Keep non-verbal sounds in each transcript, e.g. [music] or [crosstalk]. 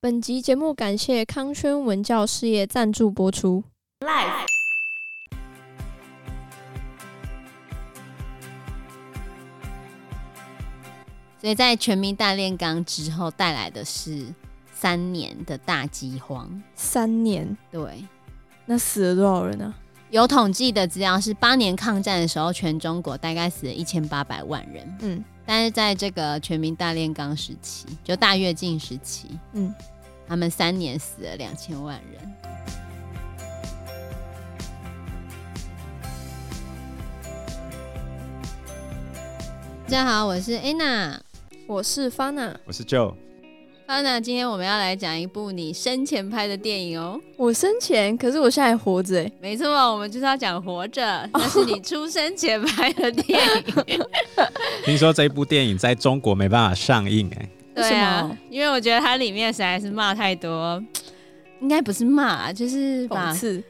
本集节目感谢康轩文教事业赞助播出。 Life，所以在全民大炼钢之后带来的是三年的大饥荒。三年，对，那死了多少人啊？有统计的资料是八年抗战的时候，全中国大概死了一千八百万人。嗯但是在这个全民大炼钢时期，就大跃进时期，嗯，他们三年死了两千万人。大家好，我是 Anna。我是 Fana，我是 Joe， Anna，今天我们要来讲一部你生前拍的电影哦。我生前，可是我现在还活着哎，没错，我们就是要讲《活着》，那是你出生前拍的电 [laughs] 影。听说这部电影在中国没办法上映、哎，对为什啊么，因为我觉得它里面实在是骂太多，应该不是骂，就是把讽刺，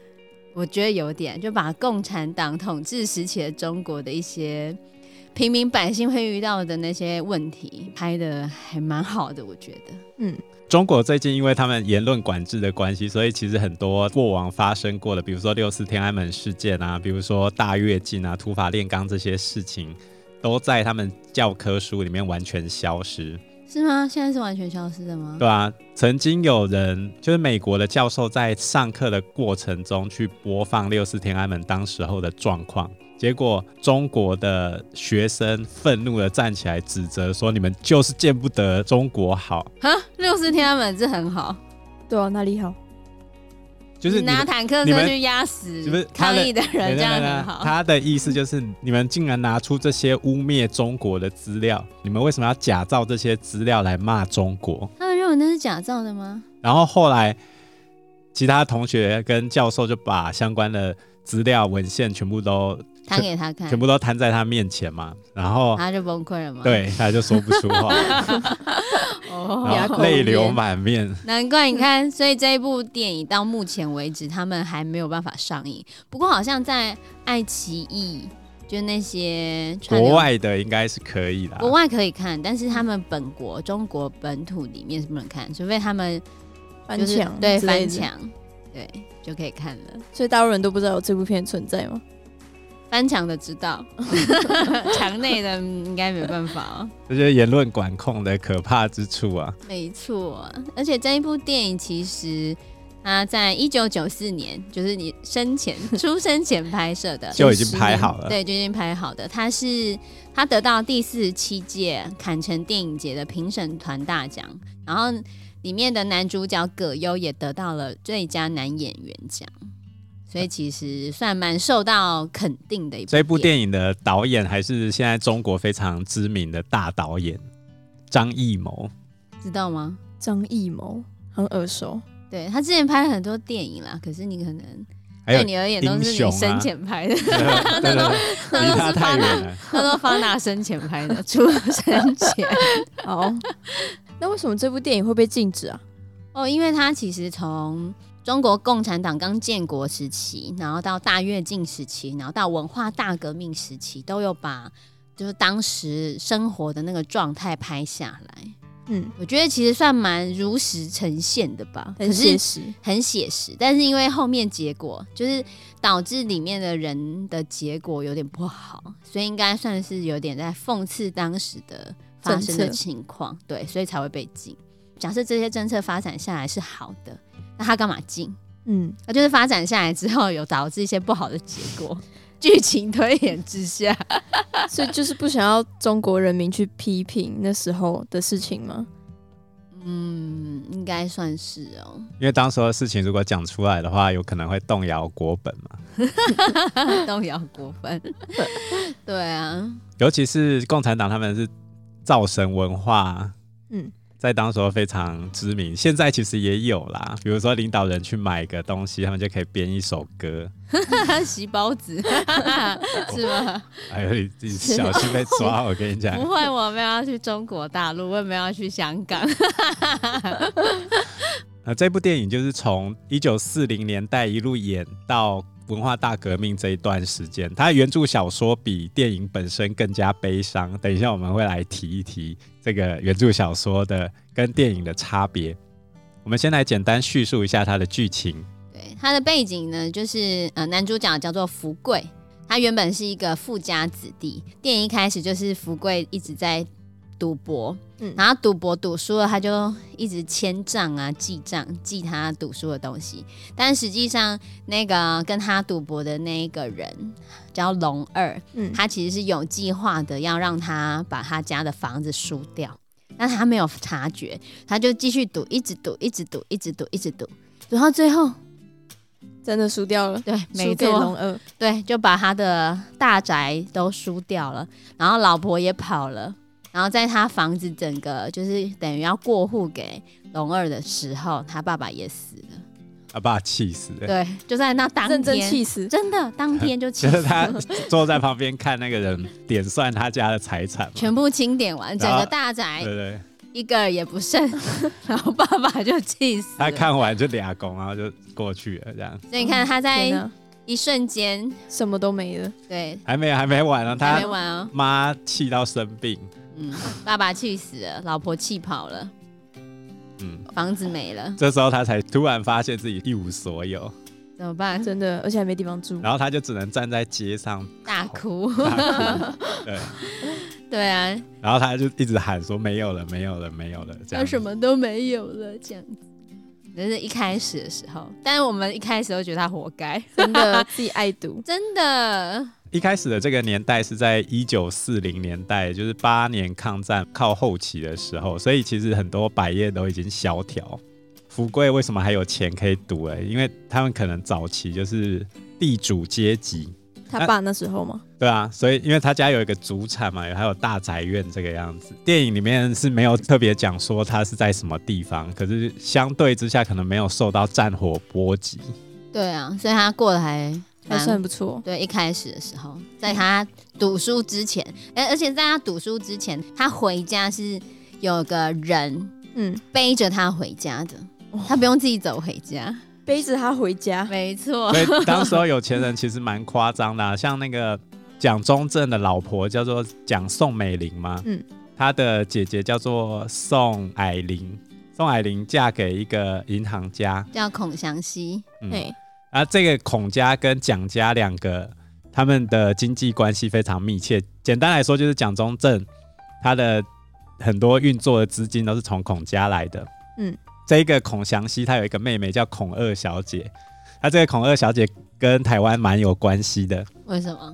我觉得有点，就把共产党统治时期的中国的一些平民百姓会遇到的那些问题拍的还蛮好的，我觉得。嗯，中国最近因为他们言论管制的关系，所以其实很多过往发生过的，比如说六四天安门事件啊，比如说大跃进啊、土法炼钢这些事情，都在他们教科书里面完全消失，是吗？现在是完全消失的吗？对啊，曾经有人就是美国的教授在上课的过程中去播放六四天安门当时候的状况。结果，中国的学生愤怒的站起来指责说：“你们就是见不得中国好，哈，六四天安门是很好，对啊，哪里好？就是你你拿们坦克你车们去压死是不是他抗的议的人，对这样对对很对好。他的意思就是，你们竟然拿出这些污蔑中国的资料，你们为什么要假造这些资料来骂中国？他们认为那是假造的吗？然后后来，其他同学跟教授就把相关的资料文献全部都摊给他看全，部都摊在他面前嘛，然后。他就崩溃了吗？，对，他就说不 [laughs] 出话，然后口泪流面满面。哦难怪你看，所以这一部电影到目前为止，他们还没有办法上映。不过好像在爱奇艺，就那些串流国外啊的应该是可以啦，国外可以看，但是他们本国中国本土里面是不能看，除非他们翻就是墙对之类的，翻墙，对就可以看了。所以大陆人都不知道有这部片存在吗？翻墙的知道， [laughs] 墙内的应该没办法哦。这就是言论管控的可怕之处啊。没错，而且这一部电影其实它在一九九四年，就是你生前出生前拍摄的，就已经拍好了对，就已经拍好的。它是它得到第四十七届坎城电影节的评审团大奖，然后里面的男主角葛优也得到了最佳男演员奖，所以其实算蛮受到肯定的一部。这部电影的导演还是现在中国非常知名的大导演张艺谋，影知道吗？张艺谋很耳熟，对他之前拍了很多电影啦，可是你可能还有对你而言都英是你雄啊生前拍的。 [laughs] 对对 [laughs] 对对离他太远了。他说方大生前拍的，出生前好， [laughs] 那为什么这部电影会被禁止啊？ [laughs] 哦，因为他其实从中国共产党刚建国时期，然后到大跃进时期，然后到文化大革命时期，都有把就是当时生活的那个状态拍下来。嗯，我觉得其实算蛮如实呈现的吧，很可写是实，很写实，但是因为后面结果就是导致里面的人的结果有点不好，所以应该算是有点在讽刺当时的发生的政策情况，对，所以才会被禁。假设这些政策发展下来是好的，那他干嘛禁？嗯，那就是发展下来之后有导致一些不好的结果，剧情推演之下，所以就是不想要中国人民去批评那时候的事情吗？嗯，应该算是 [laughs] 哦。因为当时候的事情如果讲出来的话，有可能会动摇国本嘛，动摇国分， [laughs] 对啊， [laughs] 尤其是共产党他们是造神文化，嗯，在当时候非常知名，现在其实也有啦，比如说领导人去买个东西，他们就可以编一首歌，洗包子 [laughs] 是吗？哎呦， [laughs] 你你小心被抓，我跟你讲，不会，我们要去中国大陆，我们要去香港。呃，这部电影就是从一九四零年代一路演到文化大革命这一段时间。它的原著小说比电影本身更加悲伤。等一下我们会来提一提这个原著小说的跟电影的差别。我们先来简单叙述一下它的剧情。对，它的背景呢，就是呃，男主角叫做福贵，他原本是一个富家子弟。电影一开始就是福贵一直在赌博，嗯然后赌博赌输了，他就一直签账啊、记账、记他赌输的东西。但实际上，那个跟他赌博的那一个人叫龙二，嗯，他其实是有计划的要让他把他家的房子输掉，但他没有察觉，他就继续赌，一直赌，一直赌，一直赌，一直赌，赌到最后。真的输掉了，对，没输给龙错，二，对，就把他的大宅都输掉了，然后老婆也跑了，然后在他房子整个就是等于要过户给龙二的时候，他爸爸也死了。啊，把他气死了。 [laughs] 对，就在那当认真天，气死。真的当天就气就是死他了，坐在旁边看那个人点算他家的财产嘛，全部清点 [laughs] 完，整然个后大宅对对，一个儿也不剩， [laughs] 然后爸爸就气死他了。看完就俩拱，然后就过去了，这样所以你看他天在哪一瞬间，什么都没了，对，还没还没完呢，还他没完哦，妈气到生病，嗯，爸爸气死了，老婆气跑了，嗯，房子没了，这时候他才突然发现自己一无所有，怎么办？真的，而且还没地方住。然后他就只能站在街上大哭。大 [laughs] 哭，对，对啊，然后他就一直喊说没有了，没有了，没有了，这就样什么都没有了，这样子。这是一开始的时候，但是我们一开始都觉得他活该，真的自己爱 [laughs] 读，真的。一开始的这个年代是在一九四零年代，就是八年抗战靠后期的时候，所以其实很多百业都已经萧条。福贵为什么还有钱可以赌？哎，因为他们可能早期就是地主阶级，他爸那时候嘛，对啊，所以因为他家有一个祖产嘛，还有大宅院这个样子。电影里面是没有特别讲说他是在什么地方，可是相对之下可能没有受到战火波及。对啊，所以他过得还还蛮算不错。对，一开始的时候，在他读书之前，哎而而且在他读书之前，他回家是有个人嗯，背着他回家的哇，他不用自己走回家。背着他回家， [laughs] 没错，所以当时候有钱人其实蛮夸张的啊、像那个蒋中正的老婆叫做蒋宋美龄嘛，嗯她的姐姐叫做宋霭龄，宋霭龄嫁给一个银行家，叫孔祥熙，嗯，哎，然后这个孔家跟蒋家两个，他们的经济关系非常密切。简单来说，就是蒋中正他的很多运作的资金都是从孔家来的。嗯，这一个孔祥熙，他有一个妹妹叫孔二小姐，她这个孔二小姐跟台湾蛮有关系的。为什么？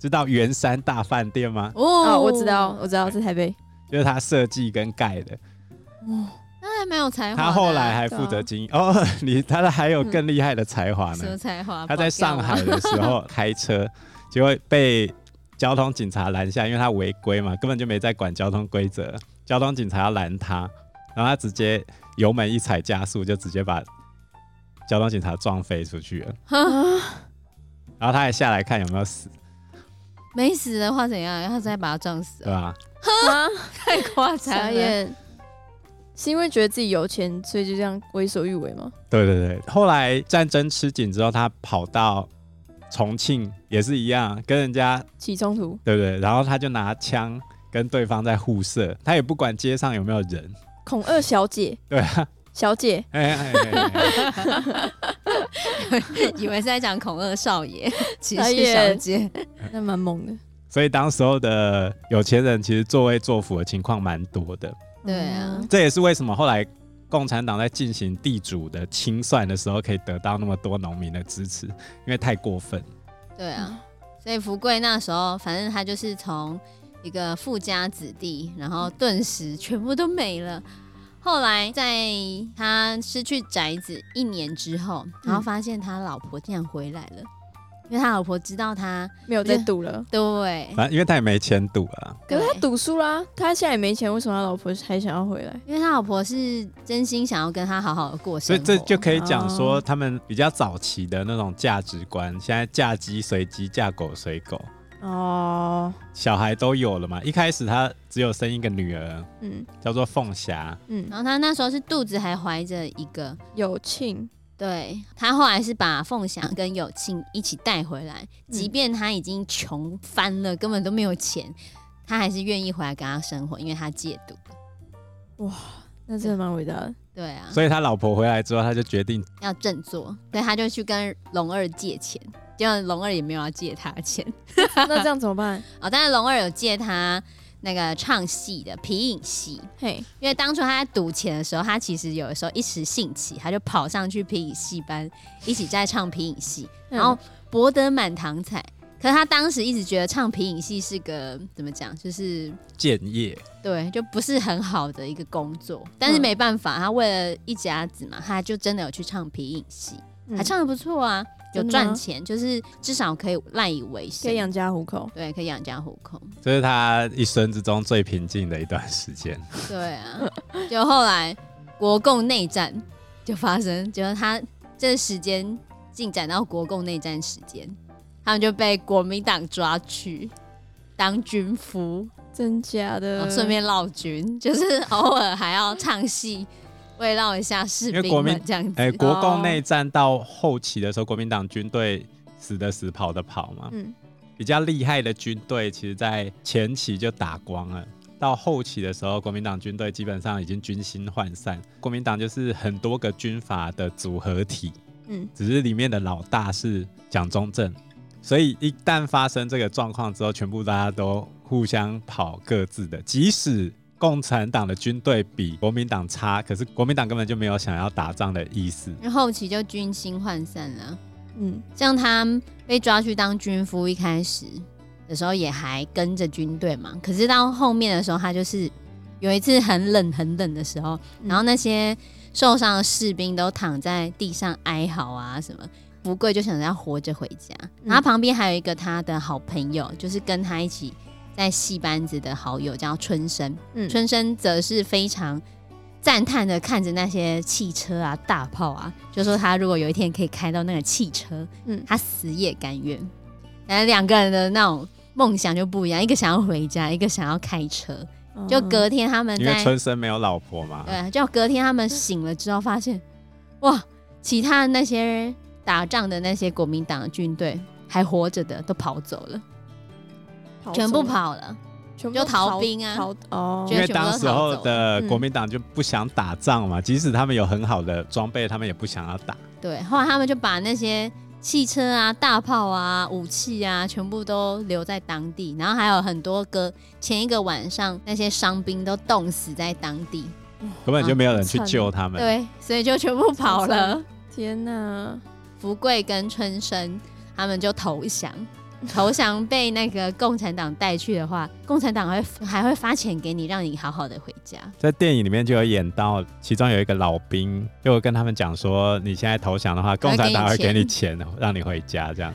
知道圆山大饭店吗？哦哦，我知道，，我知道，在台北。就是他设计跟盖的，那还蛮有才华的啊。嗯他后来还负责经营。哦， [laughs] 你他还有更厉害的才华呢。什么才华？他在上爆料吗海的时候开车，结果被交通警察拦下，因为他违规嘛，根本就没在管交通规则。交通警察要拦他，然后他直接油门一踩加速，就直接把交通警察撞飞出去了。啊然后他还下来看有没有死， [laughs] 没死的话怎样？他再把他撞死啊对哦，吧？ [laughs] 太夸傻张了。眼，是因为觉得自己有钱，所以就这样为所欲为吗？对对对。后来战争吃紧之后，他跑到重庆也是一样，跟人家起冲突，对不对？然后他就拿枪跟对方在互射，他也不管街上有没有人，孔二小姐，对啊。小姐，哎哎哎哎哎 [laughs] 以为是在讲孔二少爷，其实傻是眼小姐。那蛮猛的。所以当时候的有钱人其实作威作福的情况蛮多的，对啊嗯，这也是为什么后来共产党在进行地主的清算的时候，可以得到那么多农民的支持，因为太过分。对啊，所以福贵那时候，反正他就是从一个富家子弟，然后顿时全部都没了。后来在他失去宅子一年之后，然嗯后发现他老婆竟然回来了，因为他老婆知道他没有再赌了。对反正因为他也没钱赌啊，可是他对赌输啦，他现在也没钱，为什么他老婆还想要回来？因为他老婆是真心想要跟他好好的过生所以活，这就可以讲说他们比较早期的那种价值观，现在嫁鸡随鸡，嫁狗随狗，哦，小孩都有了嘛。一开始他只有生一个女儿，嗯叫做凤霞，嗯，然后他那时候是肚子还怀着一个，有庆，对他后来是把凤翔跟友庆一起带回来，嗯即便他已经穷翻了，根本都没有钱，他还是愿意回来跟他生活，因为他戒毒。 [laughs] 那真的蛮伟大的。对啊，所以他老婆回来之后，他就决定要振作，所以他就去跟龙二借钱，结果龙二也没有要借他钱那这样怎么办？哦，但是龙二有借他那个唱戏的皮影戏，嘿，因为当初他在赌钱的时候，他其实有的时候一时兴起，他就跑上去皮影戏班一起在唱皮影戏，嗯然后博得满堂彩。可是他当时一直觉得唱皮影戏是个怎么讲，就是建业，对，就不是很好的一个工作。但是嗯没办法，他为了一家子嘛，他就真的有去唱皮影戏，嗯还唱的不错啊，有真的赚吗钱，就是至少可以赖以为可以生。养家糊口。对，可以养家糊口。这是他一生之中最平静的一段时间。对啊，就后来国共内战就发生，就是他这时间进展到国共内战时间，他们就被国民党抓去当军夫，真假然的？哦后顺便闹军，就是偶尔还要唱戏慰劳一下士因为兵国民们这样子。哎、国哦共内战到后期的时候，国民党军队死的死，跑的跑嘛。嗯，比较厉害的军队，其实在前期就打光了。到后期的时候，国民党军队基本上已经军心涣散。国民党就是很多个军阀的组合体，嗯，只是里面的老大是蒋中正，所以一旦发生这个状况之后，全部大家都互相跑各自的。即使共产党的军队比国民党差，可是国民党根本就没有想要打仗的意思。然后后期就军心涣散了。嗯，像他被抓去当军夫，一开始的时候也还跟着军队嘛，可是到后面的时候，他就是有一次很冷很冷的时候，嗯然后那些受伤的士兵都躺在地上哀嚎啊什么。福贵就想着要活着回家，然后旁边还有一个他的好朋友，就是跟他一起在戏班子的好友叫春生，嗯春生则是非常赞叹的看着那些汽车啊、大炮啊，就说他如果有一天可以开到那个汽车，嗯他死也甘愿。然后两个人的那种梦想就不一样，一个想要回家，一个想要开车。就嗯隔天他们因为在春生没有老婆嘛，对，就隔天他们醒了之后发现，哇，其他的那些打仗的那些国民党的军队还活着的都跑走了，跑全部走，跑了。全部就都逃兵啊逃哦因就，为当时候的嗯国民党就不想打仗嘛，即使他们有很好的装备，他们也不想要打。对，后来他们就把那些汽车啊、大炮啊、武器啊，全部都留在当地，然后还有很多个前一个晚上那些伤兵都冻死在当地，根本就没有人去救他们。对，所以就全部跑了。天哪，福贵跟春生他们就投降，投降被那个共产党带去的话，共产党还会还会发钱给你，让你好好的回家。在电影里面就有演到，其中有一个老兵就跟他们讲说：“你现在投降的话，共产党会给你钱，让你回家。”这样。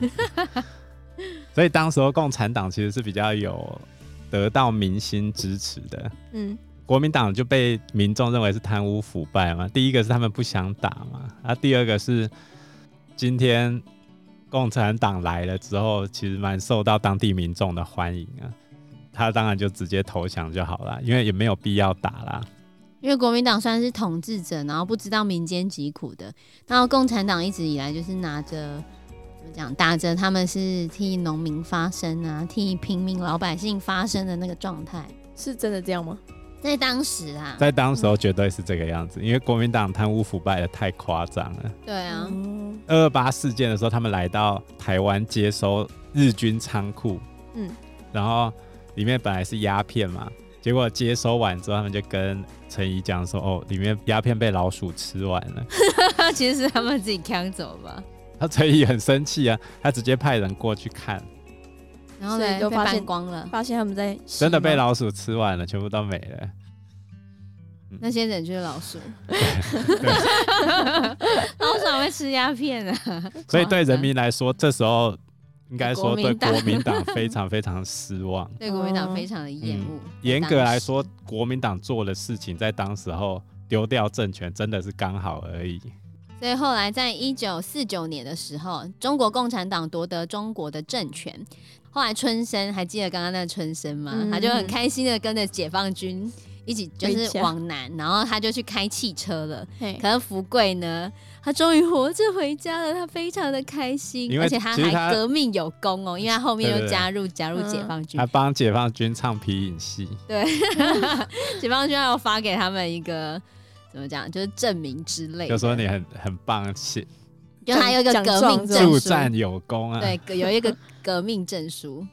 [laughs] 所以当时候共产党其实是比较有得到民心支持的，嗯，国民党就被民众认为是贪污腐败嘛。第一个是他们不想打嘛，啊，第二个是今天共产党来了之后，其实蛮受到当地民众的欢迎啊。他当然就直接投降就好啦，因为也没有必要打啦。因为国民党算是统治者，然后不知道民间疾苦的，然后共产党一直以来就是拿着怎么讲，打着他们是替农民发声啊，替平民老百姓发声的那个状态，是真的这样吗？在当时啊，在当时候绝对是这个样子，因为国民党贪污腐败的太夸张了。对啊，哦二二八事件的时候，他们来到台湾接收日军仓库，嗯，然后里面本来是鸦片嘛，结果接收完之后，他们就跟陈怡讲说：“哦，里面鸦片被老鼠吃完了。 [laughs] [laughs] 其实是他们自己扛走吧，”他陈怡很生气啊，他直接派人过去看，然后所以呢就被发现搬光了，发现他们在真的被老老鼠吃完了，全部都没了。那些人就是老鼠， [laughs] 老鼠还会吃鸦片啊，所以对人民来说，这时候应该说对国国民民党非常非常失 [laughs] 望。对国民党非常的厌恶。哦嗯严格来说，国民党做的事情在当时候丢掉政权，真的是刚好而已。所以后来在一九四九年的时候，中国共产党夺得中国的政权。后来春生还记得刚刚那个春生吗？嗯他就很开心的跟着解放军一起就是往南，然后他就去开汽车了。嘿，可是福贵呢，他终于活着回家了，他非常的开心，因为而且他其实还他革命有功哦，因为他后面对又对对加入加入解放军他，帮解放军唱皮影戏， [laughs] 啊解放军还有发给他们一个。怎么讲，就是证明之类的。就说你很很棒，是就他有一个奖革状命这种证助书，战有功啊。对，有一个革命证书，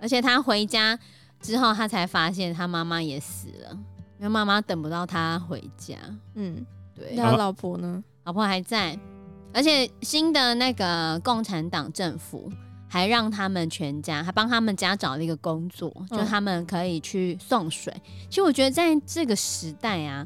而且他回家之后，他才发现他妈妈也死了，因为妈妈等不到他回家，嗯，对，那他老婆呢？老婆还在，而且新的那个共产党政府还让他们全家，还帮他们家找了一个工作，就嗯他们可以去送水。其实我觉得在这个时代啊，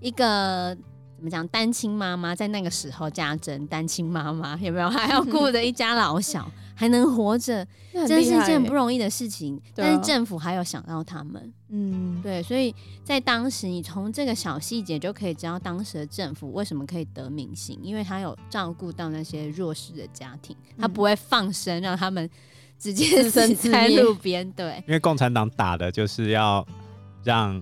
一个怎么讲，单亲妈妈在那个时候加针，单亲妈妈有没有还要顾着一家老小，还能活着，那 [laughs] 很真是厉一害件不欸容易的事情。对啊但是政府还有想到他们，嗯，对，所以在当时，你从这个小细节就可以知道当时的政府为什么可以得民心，因为他有照顾到那些弱势的家庭，他嗯不会放生让他们 [laughs] 直接自死生自在灭路边。对，因为共产党打的就是要让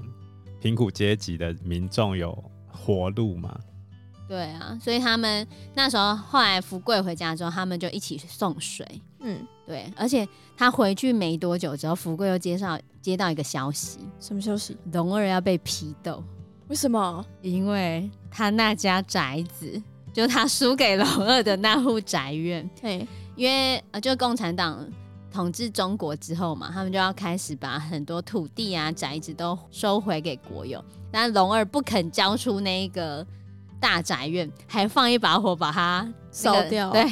贫苦阶级的民众有活路嘛， [laughs] 对啊，所以他们那时候后来福贵回家之后，他们就一起送水。嗯，对，而且他回去没多久之后，福贵又接到接到一个消息，什么消息？龙儿要被批斗。为什么？因为他那家宅子，就他输给老二的那户宅院，嘿，因为呃，就共产党统治中国之后嘛，他们就要开始把很多土地啊、宅子都收回给国有，但龙二不肯交出那一个大宅院，还放一把火把它那个烧掉对，有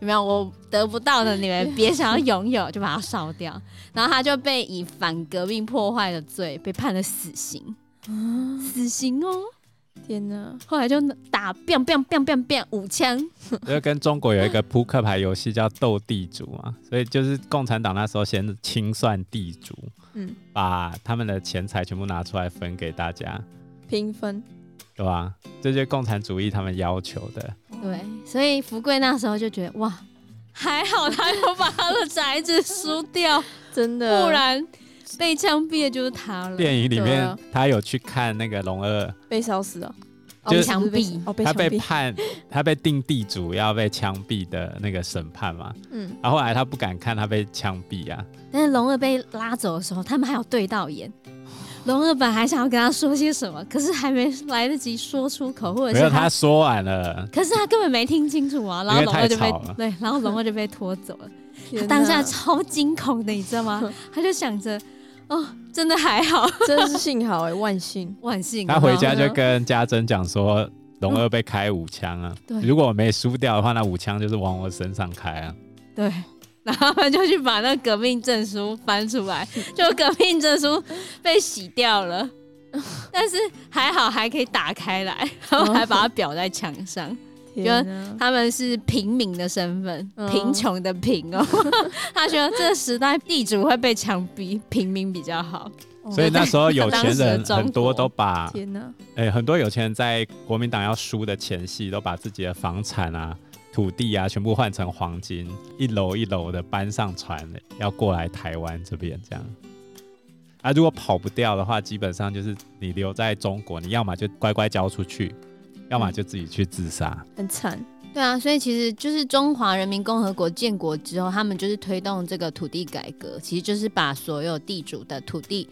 没有？我得不到的，你们别想要拥有，就把它烧掉。然后他就被以反革命破坏的罪被判了死刑，啊，死刑哦。天哪！后来就打 biang biang biang biang biang 五枪，就跟中国有一个扑克牌游戏叫斗地主嘛，所以就是共产党那时候先清算地主，嗯，把他们的钱财全部拿出来分给大家，平分，对吧？这就是共产主义他们要求嗯的。对，所以福贵那时候就觉得哇，还好他有把他的宅子输 [laughs] 掉，真的，不然被枪毙的就是他了。电影里对面啊他有去看那个龙二，被烧死了。哦就是枪毙哦，被他枪被毙，判他被定地主要被枪毙的那个审判嘛，嗯，然后后来他不敢看他被枪毙啊，但是龙二被拉走的时候，他们还有对到眼。龙二本还想要跟他说些什么，可是还没来得及说出口，或者没有是他他，说完了，可是他根本没听清楚啊，然后因为龙二太就被吵了对，然后龙二就被拖走了。天哪当下超惊恐的，你知道吗？他就想着，哦，真的还好，真的是幸好哎，万幸。万幸。他回家然后就跟家珍讲说，龙二被开五枪啊，嗯对如果我没输掉的话，那五枪就是往我身上开啊。对， [laughs] 然后他们就去把那革命证书翻出来，就革命证书被洗掉了，但是还好还可以打开来，然后还把它裱在墙上。天哪，他们是平民的身份，嗯贫穷的贫哦。他觉得这个时代地主会被枪毙，平民比较好。哦所以那 [laughs] 时候有钱当人时的中国很多都把，天哪，哎、很多有钱人在国民党要输的前夕，都把自己的房产啊、土地啊，全部换成黄金，一楼一楼的搬上船，要过来台湾这边这样。啊，如果跑不掉的话，基本上就是你留在中国，你要么就乖乖交出去，要么就自己去自杀。很惨。对啊，所以其实就是中华人民共和国建国之后，他们就是推动这个土地改革，其实就是把所有地主的土地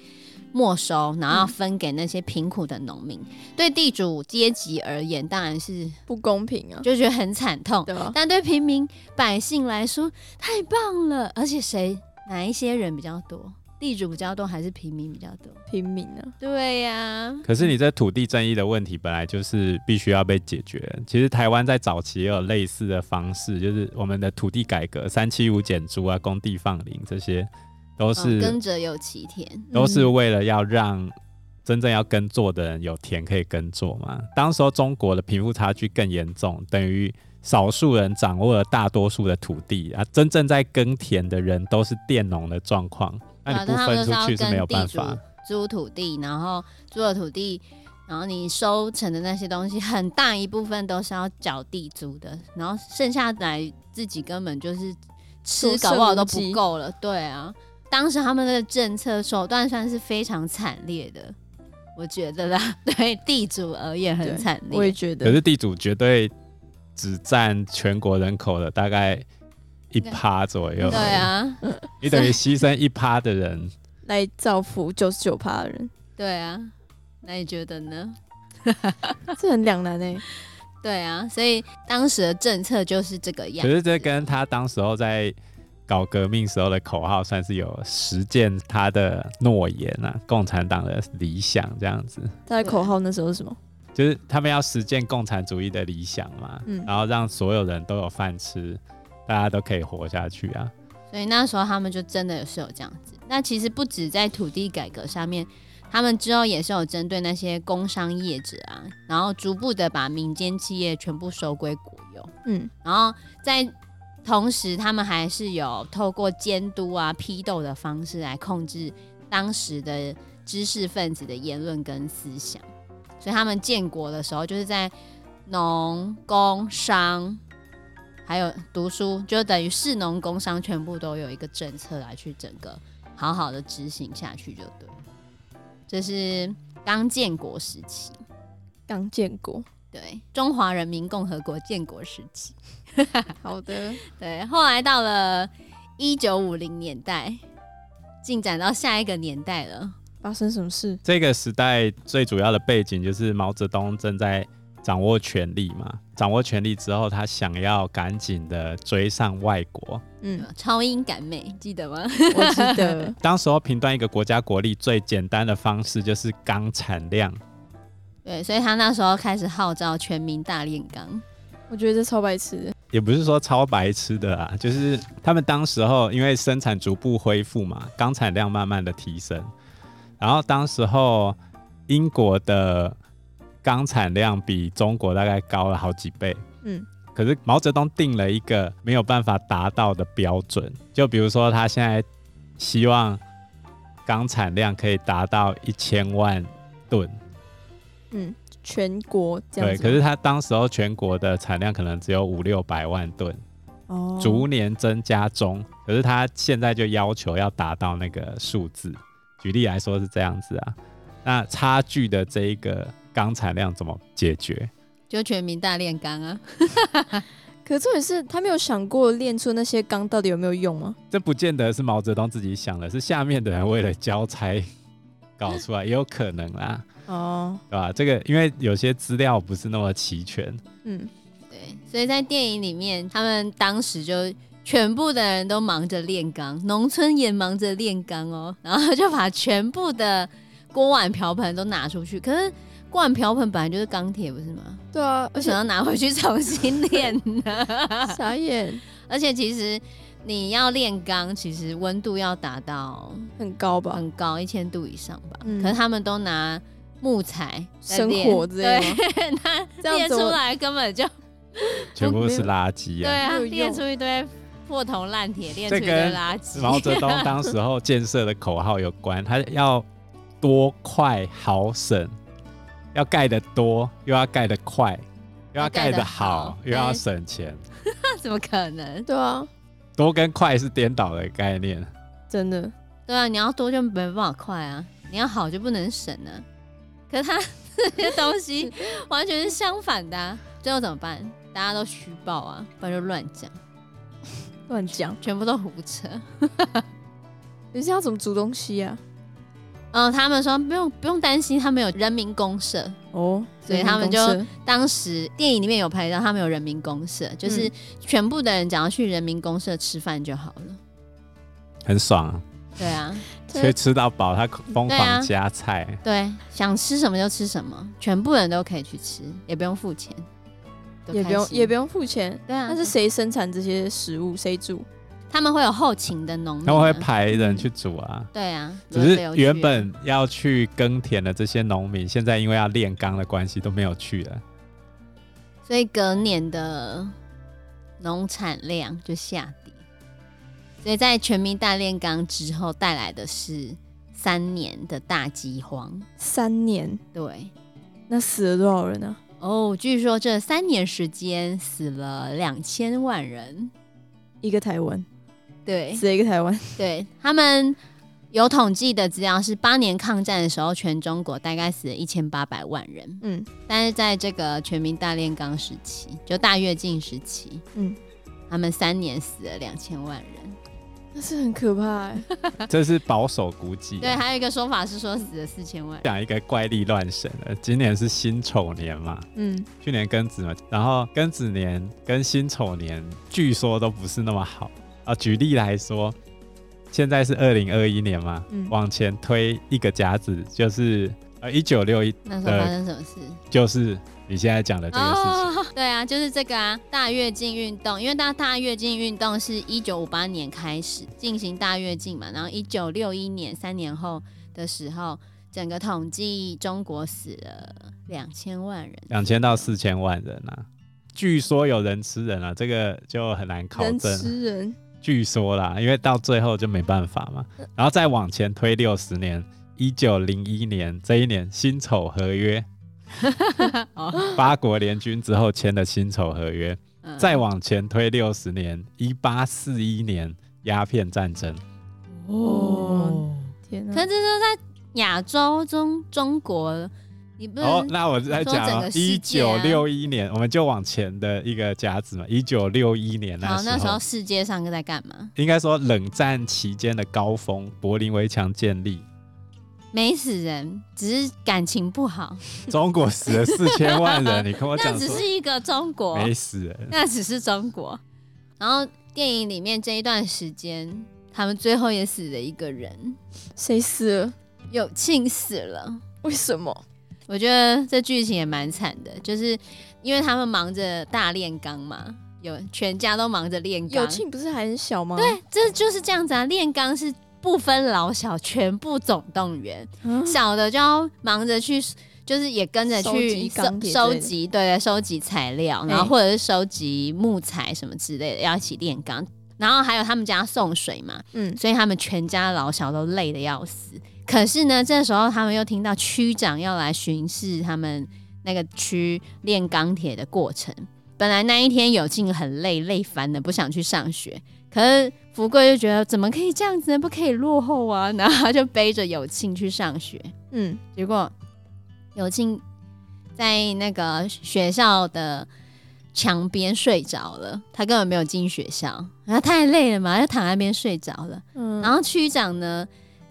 没收，然后分给那些贫苦的农民。对地主阶级而言，当然是不公平啊，就觉得很惨痛，对啊吧？但对平民百姓来说太棒了。而且谁哪一些人比较多？地主比较多还是平民比较多？平民啊，对呀、可是你这土地争议的问题本来就是必须要被解决。其实台湾在早期也有类似的方式，就是我们的土地改革、三七五减租啊、工地放领这些，都是、哦耕者有其田。都是嗯为了要让真正要耕作的人有田可以耕作嘛。当时候中国的贫富差距更严重，等于少数人掌握了大多数的土地啊，真正在耕田的人都是佃农的状况，那啊你不他们分出都是去要是没有跟办地主法。租土地，然后租了土地，然后你收成的那些东西，很大一部分都是要缴地租的，然后剩下来自己根本就是吃，所剩搞不好都无不几够了。对啊，当时他们的政策手段算是非常惨烈的，我觉得啦， [laughs] 对地主而言很对惨我也烈。觉可得是地主绝对只占全国人口的大概一趴左右，对，啊，你等于牺牲一趴的人。来造福九十九趴的人，对啊，那你觉得呢？这很两难哎、 [laughs] 对啊，所以当时的政策就是这个样可。是这跟他当时候在搞革命时候的口号算是有实践他的诺言啊，共产党的理想这样子，他的口号那时候是什么？就是他们要实践共产主义的理想嘛，嗯然后让所有人都有饭吃，大家都可以活下去啊。所以那时候他们就真的是有这样子。那其实不止在土地改革上面，他们之后也是有针对那些工商业者啊，然后逐步的把民间企业全部收归国有。嗯，然后在同时，他们还是有透过监督啊、批斗的方式来控制当时的知识分子的言论跟思想。所以他们建国的时候，就是在农工商还有读书，就等于士农工商全部都有一个政策来去整个好好的执行下去，就对了。这是刚建国时期，刚建国。对中华人民共和国建国时期。好的，对，后来到了一九五零年代，进展到下一个年代了。发生什么事？这个时代最主要的背景就是毛泽东正在掌握权力嘛，掌握权力之后，他想要赶紧的追上外国。嗯，超英赶美，记得吗？ [laughs] 我记得 [laughs] 当时候评断一个国家国力最简单的方式就是钢产量，对，所以他那时候开始号召全民大炼钢。我觉得这超白痴的。也不是说超白痴的啊，就是他们当时候因为生产逐步恢复嘛，钢产量慢慢的提升，然后当时候英国的钢产量比中国大概高了好几倍，嗯，可是毛泽东定了一个没有办法达到的标准，就比如说他现在希望钢产量可以达到一千万吨，嗯，全国这样对，子吗。可是他当时候全国的产量可能只有五六百万吨，哦，逐年增加中，可是他现在就要求要达到那个数字。举例来说是这样子啊，那差距的这一个钢产量怎么解决？就全民大炼钢啊！可重点是他没有想过练出那些钢到底有没有用吗？这不见得是毛泽东自己想的，是下面的人为了交差搞出来，也有可能啦，哦，对吧？这个因为有些资料不是那么齐全，嗯，对，所以在电影里面，他们当时就全部的人都忙着炼钢，农村也忙着炼钢哦，然后就把全部的锅碗瓢盆都拿出去。可是锅碗瓢盆本来就是钢铁，不是吗？对啊，而为且什么要拿回去重新炼呢？傻眼而且其实你要炼钢，其实温度要达到很高吧？很高，一千度以上吧。嗯可是他们都拿木材在生炼火之类的吗对， [laughs] 那这样炼怎出么来 [laughs] 根本就全部是垃圾对啊。啊，没有炼用出一堆破铜烂铁，炼出这一堆跟垃是圾。[laughs] 毛泽东当时候建设的口号有关，他要多快好省，要盖得多，又要盖得快，又要盖要得好，盖得好又要省钱。那怎么可能？对啊，多跟快是颠倒的概念，真的对啊，你要多就没办法快啊，你要好就不能省啊。可是他这些 [laughs] 东西完全是相反的、啊，最后怎么办？大家都虚报啊，不然就乱讲，乱讲。全部都胡扯。你是要怎么煮东西啊？嗯，他们说不用不用担心，他们有人民公社。哦，所以他们就当时电影里面有拍到，他们有人民公社，就是嗯全部的人只要去人民公社吃饭就好了。很爽、啊，对啊，对所以吃到饱，他疯对啊狂加菜。对，想吃什么就吃什么，全部人都可以去吃，也不用付钱，多也开不用心也不用付钱。对啊。那是谁生产这些食物？谁煮？他们会有后勤的农民、他啊，们会排人去煮啊。对啊，只轮是流去原本要去耕田的这些农民，现在因为要炼钢的关系都没有去 [laughs] 了。所以隔年的农产量就下跌，所以在全民大炼钢之后带来的是三年的大饥荒。三年，对那死了多少人啊？哦，据说这三年时间死了两千万人。一个台湾，对死了一个台 [laughs] 湾。对，他们有统计的资料是八年抗战的时候，全中国大概死了一千八百万人。嗯，但是在这个全民大炼钢时期，就大跃进时期，嗯他们三年死了两千万人，那是很可怕、欸。这是保守估计。啊对，还有一个说法是说死了四千万。讲一个怪力乱神的，今年是辛丑年嘛，嗯，去年庚子嘛，然后庚子年跟辛丑年据说都不是那么好啊。举例来说，现在是二零二一年嘛，嗯往前推一个甲子，就是呃一九六一，那时候发生什么事？就是你现在讲的这个事情。哦，对啊，就是这个啊，大跃进运动，因为大大跃进运动是一九五八年开始进行大跃进嘛，然后一九六一年三年后的时候，整个统计中国死了两千万人，两千到四千万人啊。据说有人吃人啊，这个就很难考人证。啊吃人，据说啦，因为到最后就没办法嘛。然后再往前推六十年，一九零一年这一年辛丑合约， [laughs] 哦，八国联军之后签的辛丑合约。嗯再往前推六十年，一八四一年鸦片战争。哦，天哪、可是这是在亚洲中中国，你不能、哦，那我再说整讲个一世界九啊六一年，我们就往前的一个甲子嘛。一九六一年好，那时时候世界上在干嘛？应该说冷战期间的高峰，柏林围墙建立，没死人，只是感情不好，中国死了四千万 [laughs] 人，你跟我那讲只说是一个中国，没死 [laughs] 人，那只是中国。然后电影里面这一段时间，他们最后也死了一个人，谁死了？有庆死了。为什么？我觉得这剧情也蛮惨的，就是因为他们忙着大炼钢嘛，有全家都忙着炼友钢。庆不是还很小吗？对，这就是这样子啊，炼钢是不分老小，全部总动员。嗯，小的就要忙着去，就是也跟着收去集钢铁之类收的集，对对，收集材料，哎然后或者是收集木材什么之类的，要一起炼钢。然后还有他们家送水嘛，嗯，所以他们全家老小都累得要死。可是呢，这时候他们又听到区长要来巡视他们那个区炼钢铁的过程。本来那一天有静很累，累翻了，不想去上学。可是福贵就觉得怎么可以这样子呢？不可以落后啊！ [laughs] 然后他就背着有庆去上学。嗯，结果有庆在那个学校的墙边睡着了，他根本没有进学校，然后太累了嘛，他就躺在那边睡着了。嗯，然后区长呢，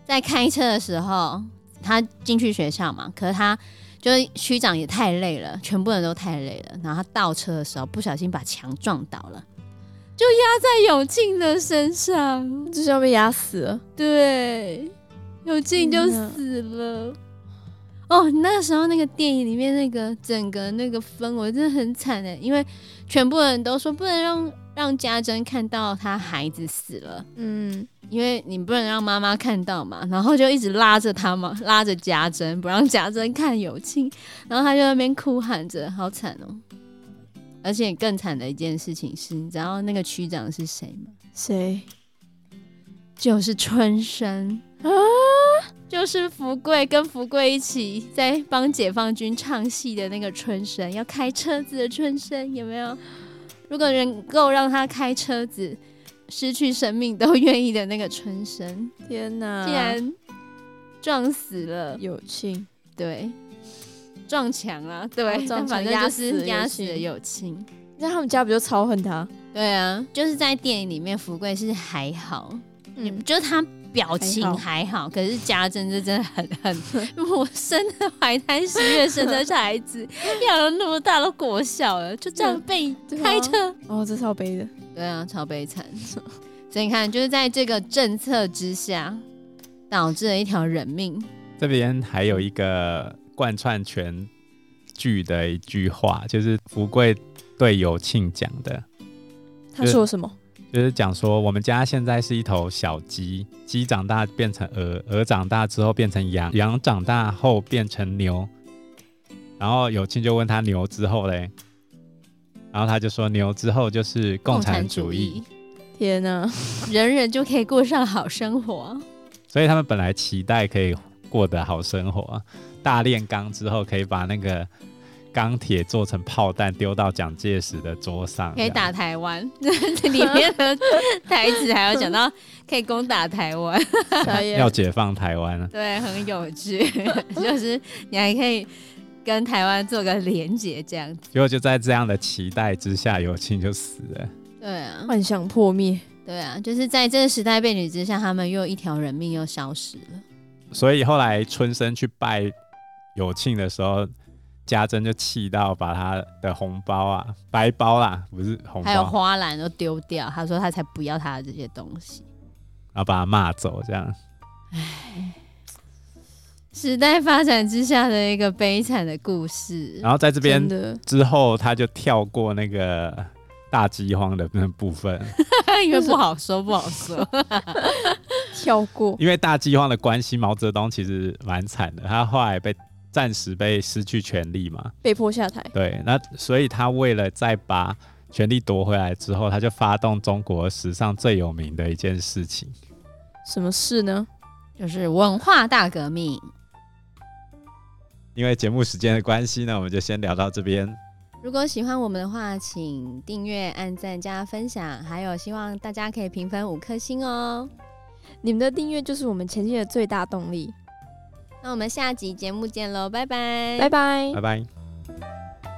在开车的时候，他进去学校嘛，可是他就是区长也太累了，全部人都太累了，然后他倒车的时候不小心把墙撞倒了，就压在永庆的身上，就是要被压死了。对，永庆就死了。哦，那时候那个电影里面那个整个那个氛围真的很惨的，因为全部人都说不能让让家珍看到他孩子死了，嗯，因为你不能让妈妈看到嘛，然后就一直拉着他嘛，拉着家珍，不让家珍看友庆，然后他就在那边哭喊着，好惨哦！而且更惨的一件事情是，你知道那个区长是谁吗？谁？就是春生啊，就是福贵跟福贵一起在帮解放军唱戏的那个春生，要开车子的春生有没有？如果能够让他开车子，失去生命都愿意的那个春 [laughs] 生。天哪！竟然撞死了，友庆，对，撞墙啊，对哦，撞但墙反正就压死是了压友死了情友情。那他们家不就超恨他？对啊，就是在电影里面，福贵是还好，嗯，就是他表情还好还好，可是家珍这真的很 [laughs] 很，我生的怀胎十月生的孩子， [laughs] 养了那么大都国小了，就这样被对啊开车，哦，这超悲的。对啊，超悲惨。所以你看，就是在这个政策之下，导致了一条人命。这边还有一个贯穿全剧的一句话，就是福贵对友庆讲的，他说什么？就是讲说我们家现在是一头小鸡，鸡长大变成鹅，鹅长大之后变成羊，羊长大后变成牛。然后友庆就问他牛之后嘞，然后他就说牛之后就是共产主义。天哪！人人就可以过上好生活。所以他们本来期待可以过得好生活，啊大炼钢之后可以把那个钢铁做成炮弹丢到蒋介石的桌上，可以这样打台湾， [laughs] 里面的台词还有讲到可以攻打台湾，傻眼要解放台湾啊了。对，很有趣， [laughs] 就是你还可以跟台湾做个连结，这样子。结果就在这样的期待之下，友庆就死了。对啊，幻想破灭。对啊，就是在这个时代背景之下，他们又一条人命又消失了。所以后来春生去拜有庆的时候，家珍就气到把他的红包啊、白包啦，不是红包，还有然花篮都丢掉，他说他才不要他的这些东西。后把他骂走，这样时代发展之下的一个悲惨的故事。 [laughs] 然后在这边真的，之后，他就跳过那个大饥荒的那部分，因为不好说，不好说。跳过，因为大饥荒的关系，毛泽东其实蛮惨的，他后来被暂时被失去权力嘛，被迫下台。对，那所以他为了再把权力夺回来之后，他就发动中国史上最有名的一件事情，什么事呢？就是文化大革命。因为节目时间的关系呢，我们就先聊到这边，如果喜欢我们的话，请订阅、按赞、加分享，还有希望大家可以评分五颗星哦。你们的订阅就是我们前进的最大动力。那我们下集节目见喽，拜拜，拜拜拜。拜。